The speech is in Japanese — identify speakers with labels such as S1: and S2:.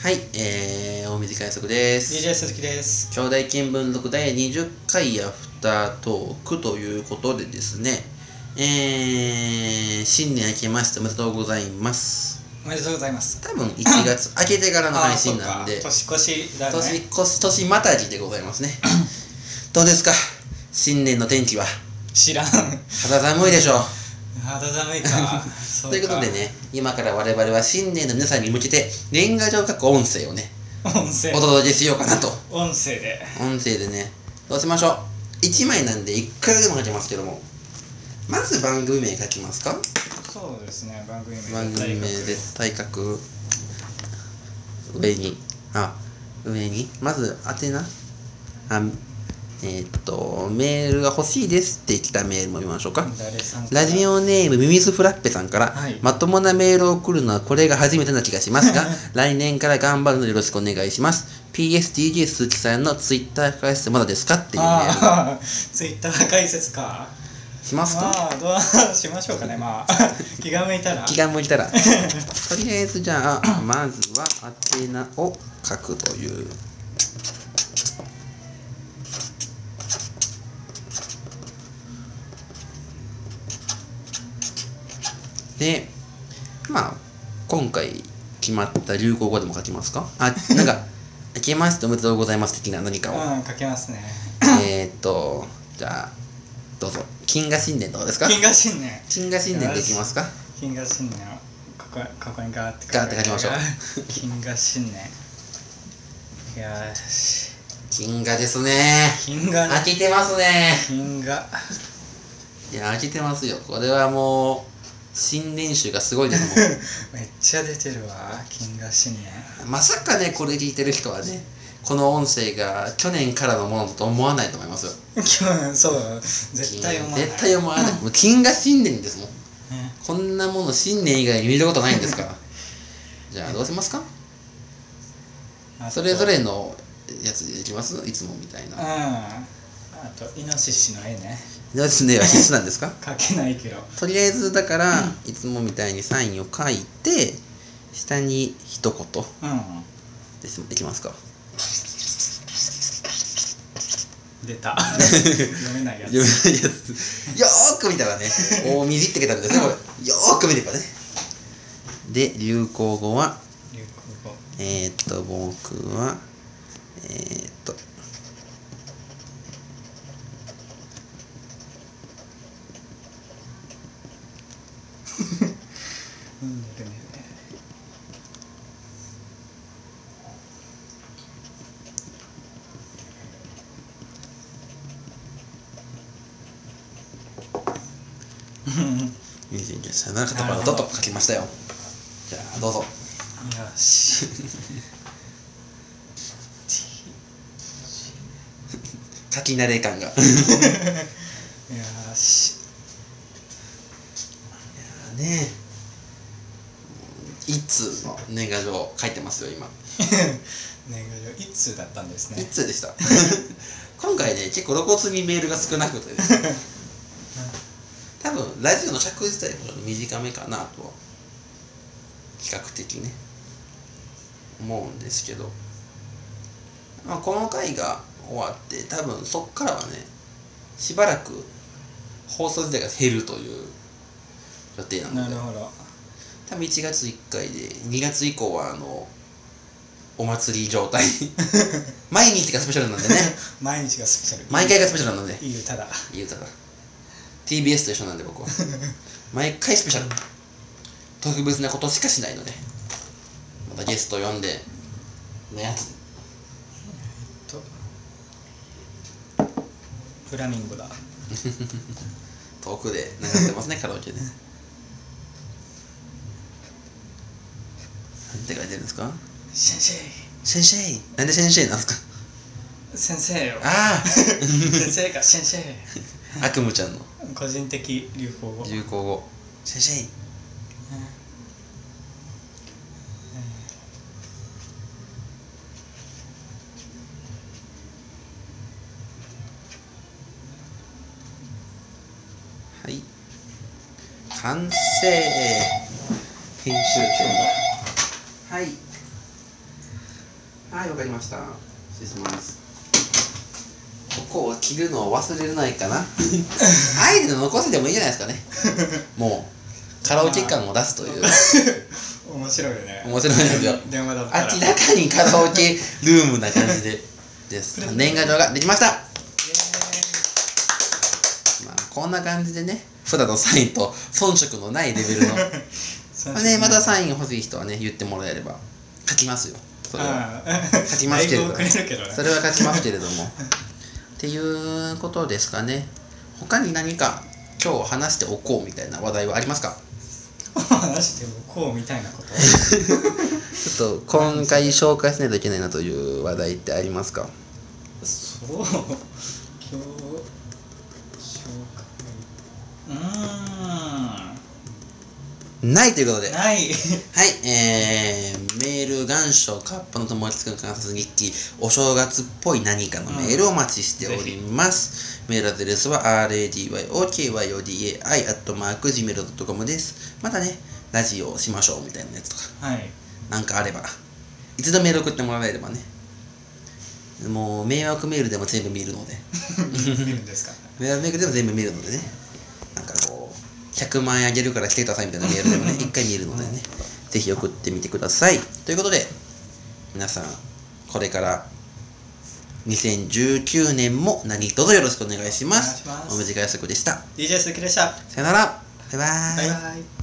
S1: はい、えー、大水快速です。
S2: DJ 鈴木です
S1: 兄弟金文族第20回アフタートークということでですね、えー、新年明けましておめでとうございます。
S2: おめでとうございます
S1: 多分1月 明けてからの配信なんで
S2: あ、そっか年越しだね
S1: 年越し、年またぎでございますね。どうですか新年の天気は
S2: 知らん
S1: 肌寒いでしょう。
S2: 肌 寒いかそ
S1: ということでね、今から我々は新年の皆さんに向けて年賀状各音声をね、
S2: 音声
S1: お届けしようかなと。
S2: 音声で
S1: 音声でねどうしましょう1枚なんで1回でも書けますけどもまず番組名書きますか
S2: そうですね番組名
S1: 番組名絶対書く上にあ上にまず宛名あえーっとメールが欲しいですって来たメールも見ましょうか
S2: 誰さんかな
S1: ラジオネームミミズフラッペさんから、
S2: はい
S1: まともなメールを送るのはこれが初めてな気がし ますが来年から頑張るのでよろしくお願いします PSDG 鈴木さんのツイッター返してまだですかっていうメール
S2: ああツイッター解説か
S1: します
S2: ま
S1: か
S2: あどうしましょうかねまあ 気が向いたら
S1: 気が向いたら とりあえずじゃあまずは宛名を書くというでまあ今回決まった流行語でも書きますか あなんか「明けましておめでとうございます」的な何 かを
S2: うん書けますね
S1: えーっとじゃあどうぞ金河新年どうですか
S2: 金河新年
S1: 金河新年でいきますか
S2: 金河新年をここここにガーって
S1: ガーって書きましょう
S2: 金河新年よーし
S1: 金河ですね
S2: 金河
S1: 飽きてますね
S2: 金河
S1: いや飽きてますよこれはもう新練習がすごいです
S2: めっちゃ出てるわ金河新年
S1: もん まさかねこれ聞いてる人はねこの音声が去年からのものだと思わないと思いますよ
S2: 今日そう絶対思わない
S1: 絶対思わないもう金が新年ですもん
S2: ね
S1: こんなもの新年以外に見ることないんですから じゃあどうしますか
S2: あと
S1: それぞれのやつでいきますいつもみたい
S2: うん
S1: な
S2: あとイノシシの絵ね
S1: じゃあ新年は必須なん ですか
S2: 描けないけど
S1: とりあえずだからいつもみたいにサインを書いて下に一言
S2: うん
S1: ですいきますか
S2: 出た読めないやつ
S1: 読めないやつよーく見たらね大水って書いてあるんですねこれよーく見ればねで流行語は
S2: 流行語
S1: えー、っと僕はえー、っと
S2: うん出るねうんよ
S1: 20さよならカタパルトと書きましたよじゃあどうぞ
S2: し
S1: 書き慣れ感がいや
S2: よし
S1: ーねいつの年賀状書いてますよ今
S2: 年賀状一通だったんです
S1: い
S2: ね
S1: つでした 今回ね結構露骨にメールが少なくてですね 多分ラジオの尺自体もちょっと短めかなとは比較的ね思うんですけど、まあ、この回が終わって多分そっからはねしばらく放送自体が減るという予定なので
S2: なるほど
S1: 多分1月1回で2月以降はあのお祭り状態 毎日がスペシャル なんでね
S2: 毎日がスペシャル
S1: 毎回がスペシャルなので
S2: いい歌だ
S1: 言うたら TBS と一緒なんで僕は毎回スペシャル特別なことしかしないのでまたゲスト呼んでのやつ
S2: とフラミンゴだ
S1: 遠くで流れて ますねカラオケでなんて書いてるんですか
S2: 先
S1: 先生なんで先生なんですか
S2: 生先生よ
S1: あ
S2: 先生か先生
S1: あ 悪夢ちゃんの
S2: 個人的流行語
S1: 流行語先生はい完成編集長だはいはいわかりました失礼しますここを切るのを忘れない かなアイデア残せてもいいじゃないですかねもうカラオケ感を出すという
S2: 面白いよね
S1: 面白いですよ
S2: 電話だったら
S1: 明らかにカラオケルームな感じでです年賀状ができました、まあ、こんな感じでね普段のサインと遜色のないレベルのまあね、まだサイン欲しい人はね、言ってもらえれば、書きますよ。それは。書
S2: 勝
S1: きますけれども。
S2: くれるけどね
S1: それは書きますけれども。っていうことですかね。他に何か今日話しておこうみたいな話題はありますか
S2: 話してもこうみたいなこと
S1: ちょっと今回紹介しないといけないなという話題ってありますか
S2: そう今日紹介うー
S1: ないということで。
S2: ん
S1: はい、
S2: ない
S1: えー、メール願書カッパの友達くん観察日記お正月っぽい何かのメールをお待ちしております、メールアドレスは radyokyodai.gmail.com ですまたねラジオをしましょうみたいなやつとか
S2: はい
S1: なんかあれば一度メール送ってもらえればねもう迷惑メールでも全部見るので
S2: 見るんですか
S1: 迷惑メールでも全部見るのでねなんかこう100万円あげるから来てくださいみたいなメールでも ね一回見るのでねぜひ送ってみてくださいということで皆さんこれから2019年も何卒よろしくお願いします
S2: お願いします
S1: お短い約束でした
S2: DJ 鈴木でした
S1: さよならバイバー
S2: バイバイ